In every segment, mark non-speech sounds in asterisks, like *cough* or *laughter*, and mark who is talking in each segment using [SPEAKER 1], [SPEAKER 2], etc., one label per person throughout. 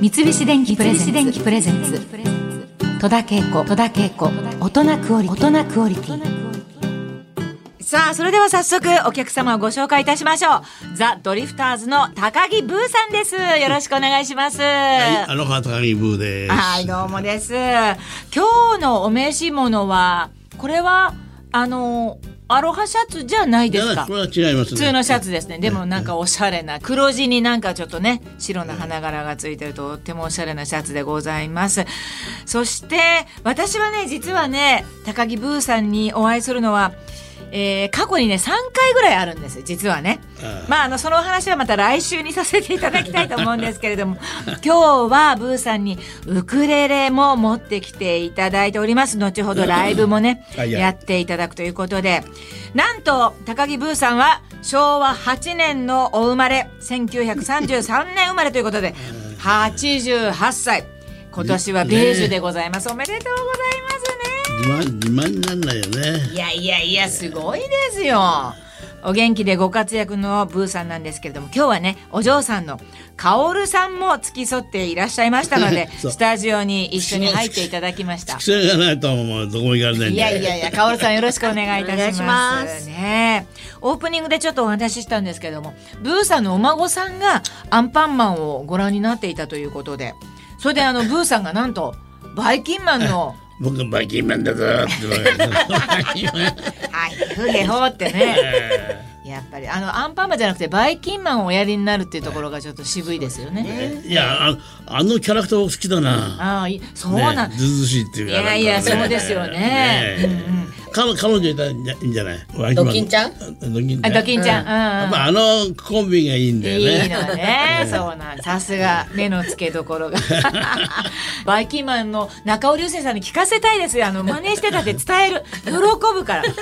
[SPEAKER 1] 三菱電機プレゼンツ戸田恵子戸田恵子大人クオリティ大人クオリティ
[SPEAKER 2] さあ、それでは早速お客様をご紹介いたしましょう。ザ・ドリフターズの高木ブーさんです。よろしくお願いします。
[SPEAKER 3] はい、アロハ高木ブーです。
[SPEAKER 2] はい、どうもです。今日のお召し物は、これは、あの、アロハシャツじゃないです
[SPEAKER 3] いや
[SPEAKER 2] か
[SPEAKER 3] こ。れは違いますね。
[SPEAKER 2] 普通のシャツですね。でもなんかおしゃれな、黒地になんかちょっとね、白の花柄がついてるとってもおしゃれなシャツでございます。そして、私はね、実はね、高木ブーさんにお会いするのは、えー過去にね、3回ぐらいあるんですよ、実はね。
[SPEAKER 3] ああ
[SPEAKER 2] まあ、あの、そのお話はまた来週にさせていただきたいと思うんですけれども、今日はブーさんにウクレレも持ってきていただいております。後ほどライブもね、
[SPEAKER 3] はいはい
[SPEAKER 2] やっていただくということで、なんと、高木ブーさんは昭和8年のお生まれ、1933年生まれということ
[SPEAKER 3] *laughs*
[SPEAKER 2] で、88歳。今年はベージュでございます。おめでとうございますね。
[SPEAKER 3] 自慢、自慢になんないよ
[SPEAKER 2] い
[SPEAKER 3] ね。
[SPEAKER 2] やいやいや、すごいですよ。お元気でご活躍のブーさんなんですけれども、今日はね、お嬢さんのカオルさんも付き添っていらっしゃいましたので、
[SPEAKER 3] *laughs* そう
[SPEAKER 2] スタジオに一緒に入っていただきました。
[SPEAKER 3] 癖がないともうどこも行かれないん
[SPEAKER 2] い
[SPEAKER 3] で。
[SPEAKER 2] やいやいや、カオルさんよろしくお願いいたします。
[SPEAKER 4] お願いします
[SPEAKER 2] ねえオープニングでちょっとお話ししたんですけれども、ブーさんのお孫さんがアンパンマンをご覧になっていたということで、それであ *laughs* の、ブーさんがなんと、バイキンマンの、
[SPEAKER 3] 僕はバイキンマンだぞって言われて。バイキン
[SPEAKER 2] *laughs*
[SPEAKER 3] マン
[SPEAKER 2] はい、ふへほってね。
[SPEAKER 3] え
[SPEAKER 2] やっぱりあのアンパンマンじゃなくてバイキンマンをおやりになるっていうところがちょっと渋いですよね。
[SPEAKER 3] ーいや、ああのキャラクター僕好きだな。
[SPEAKER 2] ああいそうなん、
[SPEAKER 3] ねずうずうしいっていうかなんかね。
[SPEAKER 2] いやいやそうですよね
[SPEAKER 3] え彼彼女いたらいいんじゃいいんじゃない
[SPEAKER 4] ドキンちゃ
[SPEAKER 3] あ
[SPEAKER 4] ん
[SPEAKER 3] ドキンちゃ
[SPEAKER 2] あ
[SPEAKER 3] ん。
[SPEAKER 2] ドキンちゃん、うん
[SPEAKER 3] やっぱあのコンビがいいんだよね。
[SPEAKER 2] いいのね。そうなん。さすが、目の付けどころが。バイキンマンの中尾流星さんに聞かせたいですよ。あの、真似してたって伝える。喜ぶから。伝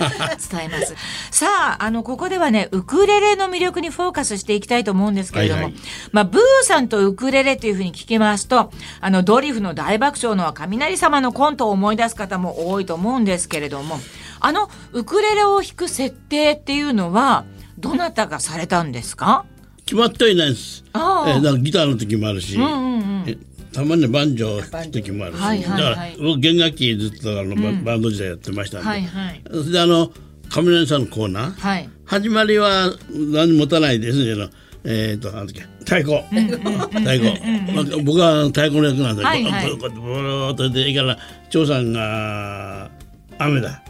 [SPEAKER 2] えます。さあ、あの、ここではね、ウクレレの魅力にフォーカスしていきたいと思うんですけれども、
[SPEAKER 3] はいはい
[SPEAKER 2] まあ、ブーさんとウクレレというふうに聞きますと、あの、ドリフの大爆笑の雷様のコントを思い出す方も多いと思うんですけれども、あの、ウクレレを弾く設定っていうのは、どなたがされたんですか
[SPEAKER 3] 決まってはいないんです。え
[SPEAKER 2] ああ
[SPEAKER 3] ーだからギターの時もあるし、えたまにバンジョー弾く時もあるし、
[SPEAKER 2] はいはいはい
[SPEAKER 3] だから僕弦楽器ずっとあの、ババンド時代やってましたんで、
[SPEAKER 2] はいはい
[SPEAKER 3] それであの雷さんのコーナー、
[SPEAKER 2] はい
[SPEAKER 3] 始まりは何も持たないですけど。えー、となんだっけ太鼓太鼓、まあ、僕はあの太鼓の役なんだ
[SPEAKER 2] は
[SPEAKER 3] け
[SPEAKER 2] い
[SPEAKER 3] ど、
[SPEAKER 2] はい
[SPEAKER 3] こうこうやってブーっとでいいから長さんが雨だ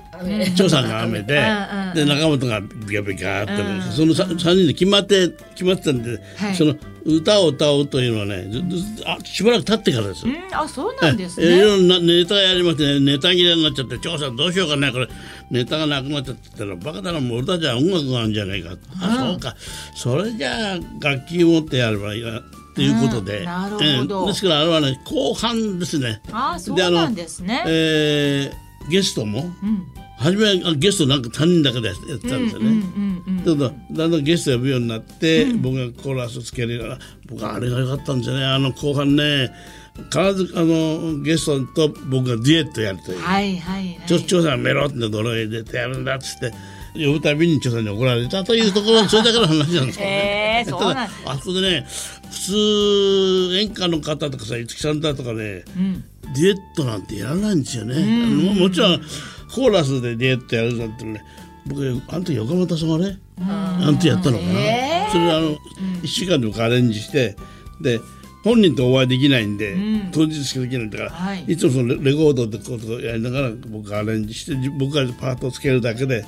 [SPEAKER 3] 長さんが雨
[SPEAKER 2] う
[SPEAKER 3] で
[SPEAKER 2] んうん
[SPEAKER 3] で中本がビカビカって、その 3, 人で決まって決まってたんで、
[SPEAKER 2] はい
[SPEAKER 3] その歌を歌おうというのはねずずあしばらく経ってからです。
[SPEAKER 2] うん、あ、そうなんです
[SPEAKER 3] えい
[SPEAKER 2] ね。
[SPEAKER 3] ろんなネタやりましてねネタ切れになっちゃって「長さんどうしようかねこれネタがなくなっちゃったらバカだなもう俺たちは音楽があるんじゃないか」あそうかそれじゃあ楽器持ってやればいいなっていうことで、
[SPEAKER 2] うんなるほど
[SPEAKER 3] ええですからあれはね後半ですね。
[SPEAKER 2] あ、そうなんです
[SPEAKER 3] あの
[SPEAKER 2] ね。
[SPEAKER 3] えーゲストも、初めはゲストなんか3人だけでやってたんですよね。
[SPEAKER 2] うんうん。
[SPEAKER 3] ちょっとだんだんゲスト呼ぶようになって、僕がコーラスつけるような僕はあれが良かったんですよねあの後半ね必ずあのゲストと僕がデュエットやるという、
[SPEAKER 2] はいはいはい。
[SPEAKER 3] ちょちょさんメロって泥入れてやるんだっつって呼ぶたびにちょさんに怒られたというところそれだけの話なんですけど
[SPEAKER 2] へ
[SPEAKER 3] ね
[SPEAKER 2] ーそ
[SPEAKER 3] *laughs* た
[SPEAKER 2] うなん
[SPEAKER 3] だあそこでね普通演歌の方とかさ五木さんだとかね、デュエットなんてやらないんですよね、あのもちろんコーラスでデュエットやるなんてね僕あの時横本さんがねあの時やったのかな、それであの1週間でもアレンジしてで本人とお会いできないんで、当日しかできないんだから、
[SPEAKER 2] はい
[SPEAKER 3] いつもそのレレコードでこうやりながら僕がアレンジして自僕がパートをつけるだけで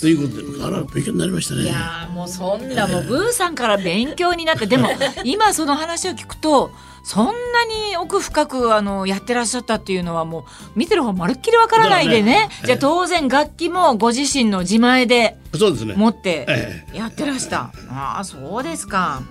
[SPEAKER 3] ということであら勉強になりましたね。
[SPEAKER 2] いやーもうそんなもうブーさんから勉強になって
[SPEAKER 3] *laughs*
[SPEAKER 2] でも今その話を聞くとそんなに奥深くあのやってらっしゃったっていうのはもう見てる方まるっきりわからないでね
[SPEAKER 3] だからね
[SPEAKER 2] じゃあ当然楽器もご自身の自前で
[SPEAKER 3] そうですね。
[SPEAKER 2] 持って
[SPEAKER 3] え
[SPEAKER 2] やってらした。ああ、そうですか。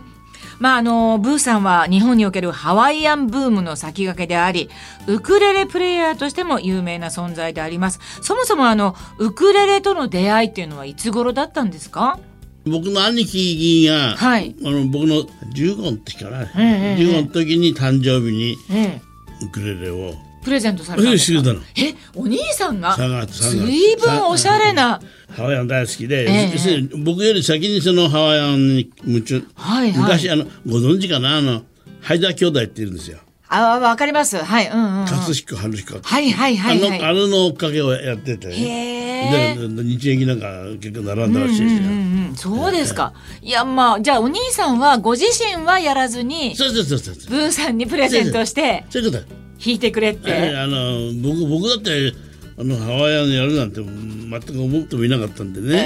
[SPEAKER 2] まああのブーさんは日本におけるハワイアンブームの先駆けでありウクレレプレイヤーとしても有名な存在でありますそもそもあのウクレレとの出会いっていうのはいつ頃だったんですか
[SPEAKER 3] 僕の兄貴が、
[SPEAKER 2] はい
[SPEAKER 3] あの僕の15の時かな、
[SPEAKER 2] ええ
[SPEAKER 3] 15の時に誕生日に
[SPEAKER 2] ええ
[SPEAKER 3] ウクレレを
[SPEAKER 2] プレゼントされたんですか
[SPEAKER 3] ええ知らな
[SPEAKER 2] えお兄さんが
[SPEAKER 3] 下がって下がって
[SPEAKER 2] 随分おしゃれな
[SPEAKER 3] ハワイアン大好きで、
[SPEAKER 2] ええ
[SPEAKER 3] 要するに僕より先にそのハワイアンに夢中、
[SPEAKER 2] はいはい
[SPEAKER 3] 昔あのご存知かなあのハイダー兄弟っているんですよ
[SPEAKER 2] あわかりますはいうんうんうん
[SPEAKER 3] 葛飾春彦って
[SPEAKER 2] はいはいはいはい
[SPEAKER 3] あのあれのおかげをやってて
[SPEAKER 2] へ
[SPEAKER 3] ねで日劇なんか結構並んだらしいですよ、
[SPEAKER 2] うんうんそうですかいやまあじゃあお兄さんはご自身はやらずに
[SPEAKER 3] そうそうそうそうそう
[SPEAKER 2] ブーさんにプレゼントして
[SPEAKER 3] そういうこと
[SPEAKER 2] 弾いてくれっ
[SPEAKER 3] え
[SPEAKER 2] て
[SPEAKER 3] えあの僕僕だってあのハワイアンやるなんてうん全く思ってもいなかったんでね、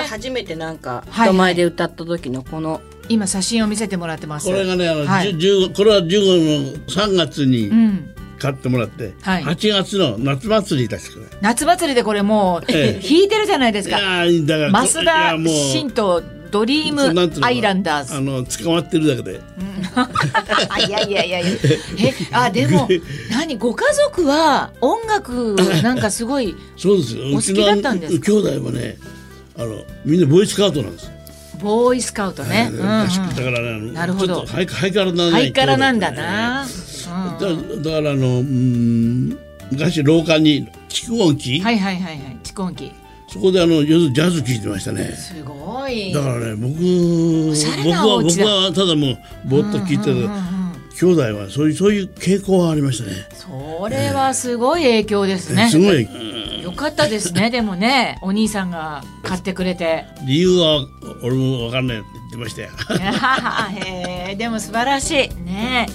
[SPEAKER 2] ええ
[SPEAKER 4] 初めてなんか
[SPEAKER 2] はい
[SPEAKER 4] 人前で歌った時のこの、
[SPEAKER 2] 今写真を見せてもらってます
[SPEAKER 3] これがねあの、
[SPEAKER 2] は
[SPEAKER 3] はいこれは15の3月に
[SPEAKER 2] うん
[SPEAKER 3] 買ってもらって、
[SPEAKER 2] はい
[SPEAKER 3] 8月の夏祭りですから
[SPEAKER 2] 夏祭りでこれもう弾
[SPEAKER 3] ええ
[SPEAKER 2] いてるじゃないですか
[SPEAKER 3] いやーだからこ
[SPEAKER 2] 増
[SPEAKER 3] いや
[SPEAKER 2] 田
[SPEAKER 3] もう
[SPEAKER 2] 新とドリ
[SPEAKER 3] そうなんて
[SPEAKER 2] ーム
[SPEAKER 3] いうのかな
[SPEAKER 2] アイランダー
[SPEAKER 3] あ
[SPEAKER 2] ズ
[SPEAKER 3] の捕まってるだけで、
[SPEAKER 2] あいやいやいやいやえあでも何ご家族は音楽なんかすごい
[SPEAKER 3] そうですよ
[SPEAKER 2] お好きだったんです
[SPEAKER 3] うちの兄弟はねあのみんなボーイスカウトなんです
[SPEAKER 2] ボーイスカウトね、うんうん、
[SPEAKER 3] だからねあの
[SPEAKER 2] なるほど
[SPEAKER 3] ちょっとハイハイカラな
[SPEAKER 2] ハイカラなんだな、
[SPEAKER 3] だだからあのうーん昔廊下に蓄音機、
[SPEAKER 2] はいはいはいはい蓄音機
[SPEAKER 3] そこであの要するにジャズ聴いてましたね
[SPEAKER 2] すごい
[SPEAKER 3] だからね僕僕
[SPEAKER 2] しゃれな
[SPEAKER 3] は
[SPEAKER 2] お家
[SPEAKER 3] 僕
[SPEAKER 2] だ
[SPEAKER 3] はただもうぼーっと聴いてる、兄弟はそういうそういう傾向はありましたね
[SPEAKER 2] それはすごい影響ですね
[SPEAKER 3] すごい
[SPEAKER 2] よかったです *laughs* ねでもねお兄さんが買ってくれ *laughs* て
[SPEAKER 3] 理由は俺も分かんないって言ってましたよ
[SPEAKER 2] へえでも素晴らしいね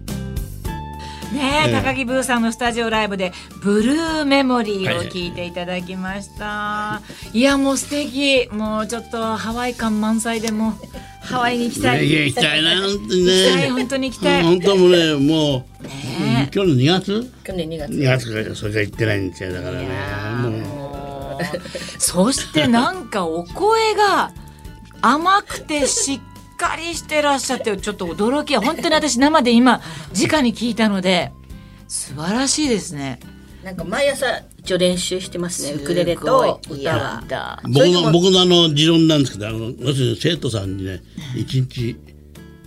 [SPEAKER 2] えねえ、
[SPEAKER 3] ええ
[SPEAKER 2] 高木ブーさんのスタジオライブで「ブルーメモリー」を聞いていただきました、いやもう素敵もうちょっとハワイ感満載でもうハワイに行きたい
[SPEAKER 3] いや行きたいな本当に
[SPEAKER 2] 行きたい本当に行きたい、
[SPEAKER 3] ね本当もうねもう、
[SPEAKER 2] ね
[SPEAKER 3] 今日の2月
[SPEAKER 4] 去年2月
[SPEAKER 3] 2月からそれから行ってないんですよだからねもう
[SPEAKER 2] そしてなんかお声が甘くてしっかりしてらっしゃってちょっと驚きや本当に私生で今直に聞いたので素晴らしいですね。
[SPEAKER 4] なんか毎朝一応練習してます
[SPEAKER 2] す
[SPEAKER 4] ね
[SPEAKER 2] ごい
[SPEAKER 4] ウクレレと
[SPEAKER 2] い
[SPEAKER 4] 歌
[SPEAKER 2] や
[SPEAKER 4] は
[SPEAKER 2] だ
[SPEAKER 3] 僕
[SPEAKER 4] それで
[SPEAKER 3] の
[SPEAKER 4] も
[SPEAKER 3] 僕のあの持論なんですけどあの要するに生徒さんにね1日、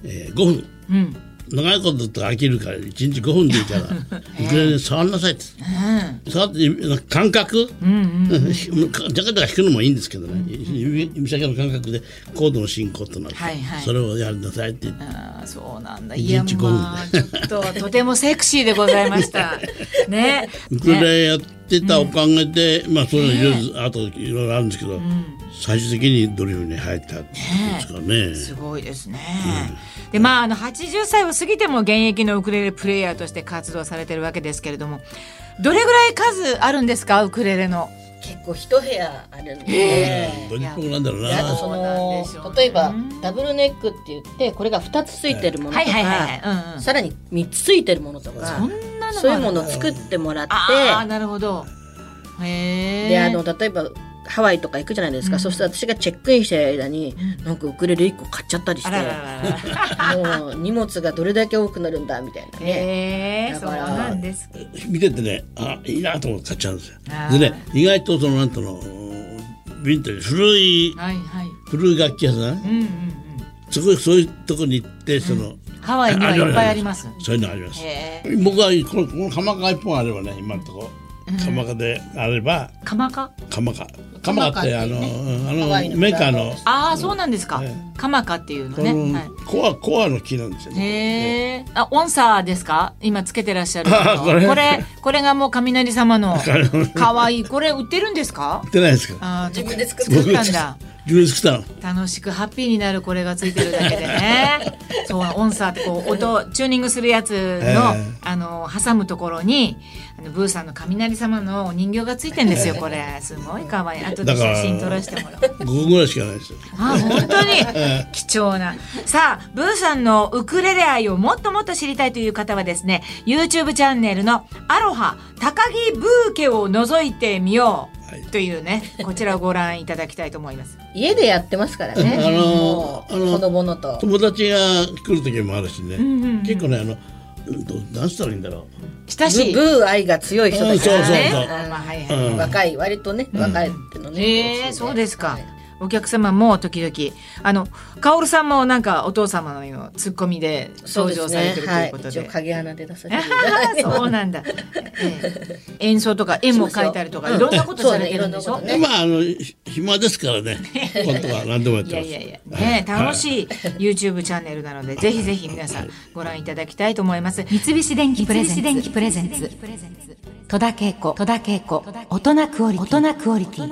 [SPEAKER 3] えー、5分
[SPEAKER 2] うん
[SPEAKER 3] 長いことだと飽きるから1日5分でいいからウクレレ触んなさいって触って指感覚、うんか *laughs* ジャカジャカ弾くのもいいんですけどね、指指先の感覚でコードの進行となると、
[SPEAKER 2] はいはい
[SPEAKER 3] それをやりなさいって言って。
[SPEAKER 2] あーそうなんだ。
[SPEAKER 3] 一
[SPEAKER 2] い
[SPEAKER 3] 日
[SPEAKER 2] や、
[SPEAKER 3] 五分
[SPEAKER 2] まあ、ちょっと、とてもセクシーでございま
[SPEAKER 3] *laughs*
[SPEAKER 2] した。ね。
[SPEAKER 3] ウクレ
[SPEAKER 2] ね
[SPEAKER 3] レやってたおかげで、まあそれいろいろあといろいろあるんですけど、最終的にドリフに入ったっていうんですかね。
[SPEAKER 2] すごいですね。でまああの80歳を過ぎても現役のウクレレプレイヤーとして活動されてるわけですけれどもどれぐらい数あるんですかウクレレの。
[SPEAKER 4] 結構一部屋あるんで。
[SPEAKER 3] ドリフっぽくなんだろう
[SPEAKER 4] であと
[SPEAKER 3] な。
[SPEAKER 4] そ
[SPEAKER 2] そうなん
[SPEAKER 4] の
[SPEAKER 2] でしょうね
[SPEAKER 4] 例えばダブルネックって言ってこれが2つついてるものと
[SPEAKER 2] はいはいはいはいうんう
[SPEAKER 4] か
[SPEAKER 2] ん
[SPEAKER 4] さらに3つついてるものとか
[SPEAKER 2] そんなのもある
[SPEAKER 4] そういうものを作ってもらって
[SPEAKER 2] ああなるほど。へえ。
[SPEAKER 4] であの例えばハワイとか行くじゃないですか、そしたら私がチェックインしてる間に、なんかウクレレ1個買っちゃったりして
[SPEAKER 2] あららららら。
[SPEAKER 4] もう荷物がどれだけ多くなるんだみたいなね、
[SPEAKER 2] へえ
[SPEAKER 4] だ
[SPEAKER 2] そう
[SPEAKER 4] から
[SPEAKER 2] なんですか。
[SPEAKER 3] 見ててねあいいなと思って買っちゃうんですよ
[SPEAKER 2] あ。ー
[SPEAKER 3] でね意外とそのなんとのビンテージ古い
[SPEAKER 2] はいはい。
[SPEAKER 3] 古い楽器屋さ
[SPEAKER 2] う
[SPEAKER 3] ん
[SPEAKER 2] んうんうん。
[SPEAKER 3] すごいそういうとこに行ってその、
[SPEAKER 2] ハワイにはいっぱいあり
[SPEAKER 3] *laughs*
[SPEAKER 2] ます。
[SPEAKER 3] そういうのあります。
[SPEAKER 2] へえ。
[SPEAKER 3] 僕はこのこの鎌川一本あればね今のとこ鎌川であれば
[SPEAKER 2] 鎌か。
[SPEAKER 3] 鎌川鎌川ってあのうんあの
[SPEAKER 4] ワイの
[SPEAKER 3] メーカーの
[SPEAKER 2] ああそうなんですか。鎌かっていうの
[SPEAKER 3] こ
[SPEAKER 2] ね。
[SPEAKER 3] の
[SPEAKER 2] はい。
[SPEAKER 3] コアコアの木なんですよね。
[SPEAKER 2] へえ。あ、オンサーですか今つけてらっしゃる
[SPEAKER 3] あ
[SPEAKER 2] の
[SPEAKER 3] これ
[SPEAKER 2] これ、これがもう雷様のかわいい。これ売ってるんですか
[SPEAKER 3] 売ってないですか。
[SPEAKER 2] あー
[SPEAKER 4] 自分で作った
[SPEAKER 2] 作ったんだ。
[SPEAKER 3] 自分で作ったの。
[SPEAKER 2] 楽しくハッピーになるこれがついてるだけで
[SPEAKER 3] *laughs*
[SPEAKER 2] ね。そう、オンサーってこう、音、チューニングするやつの
[SPEAKER 3] ええ、
[SPEAKER 2] あの、挟むところに、あのブーさんの雷様のお人形がついてんですよ、これ。すごいかわいい。後で
[SPEAKER 3] だから
[SPEAKER 2] 写真撮らせてもらう。
[SPEAKER 3] 五個ぐらいしかないですよ。
[SPEAKER 2] あ本当
[SPEAKER 3] *laughs*
[SPEAKER 2] に貴重なさあブーさんのウクレレ愛をもっともっと知りたいという方はですね YouTube チャンネルの「アロハ高木ブーケを覗いてみよ」
[SPEAKER 3] はいう
[SPEAKER 2] というね、こちらをご覧いただきたいと思います。
[SPEAKER 4] 家でやってますからね、
[SPEAKER 3] あのー
[SPEAKER 4] もう
[SPEAKER 3] あのー
[SPEAKER 4] 子供のと
[SPEAKER 3] 友達が来る時もあるしね、結構ねあのどなんつったらいいんだろ
[SPEAKER 2] 親しい
[SPEAKER 4] ブブー愛が強い人たち
[SPEAKER 3] そうそうそう
[SPEAKER 2] ねあまあはいはい
[SPEAKER 3] うん
[SPEAKER 4] 若い割とね若いってのね、
[SPEAKER 2] ええそうですか。わ、お客様も時々あの薫さんもなんかお父様のようツッコミで登場されてるということ
[SPEAKER 4] はい、一
[SPEAKER 2] で。
[SPEAKER 4] 応影穴で出させていただ
[SPEAKER 2] あ
[SPEAKER 4] い
[SPEAKER 2] ー
[SPEAKER 4] て
[SPEAKER 2] *laughs* そうなんだ、ええ演奏とか絵も描いたりとかいろんなことされてるんでしょ、
[SPEAKER 4] そうねいろんなことね
[SPEAKER 3] でまああのひ暇ですか
[SPEAKER 2] *laughs*
[SPEAKER 3] らね本当は何でもやっ
[SPEAKER 2] い
[SPEAKER 3] て
[SPEAKER 2] や
[SPEAKER 3] ます
[SPEAKER 2] いやいや、ね、楽しい YouTube チャンネルなので、ぜひぜひ皆さんご覧いただきたいと思います。
[SPEAKER 1] 三菱電機プレゼンツ戸田恵子戸田恵子大人クオリティ大人クオリティ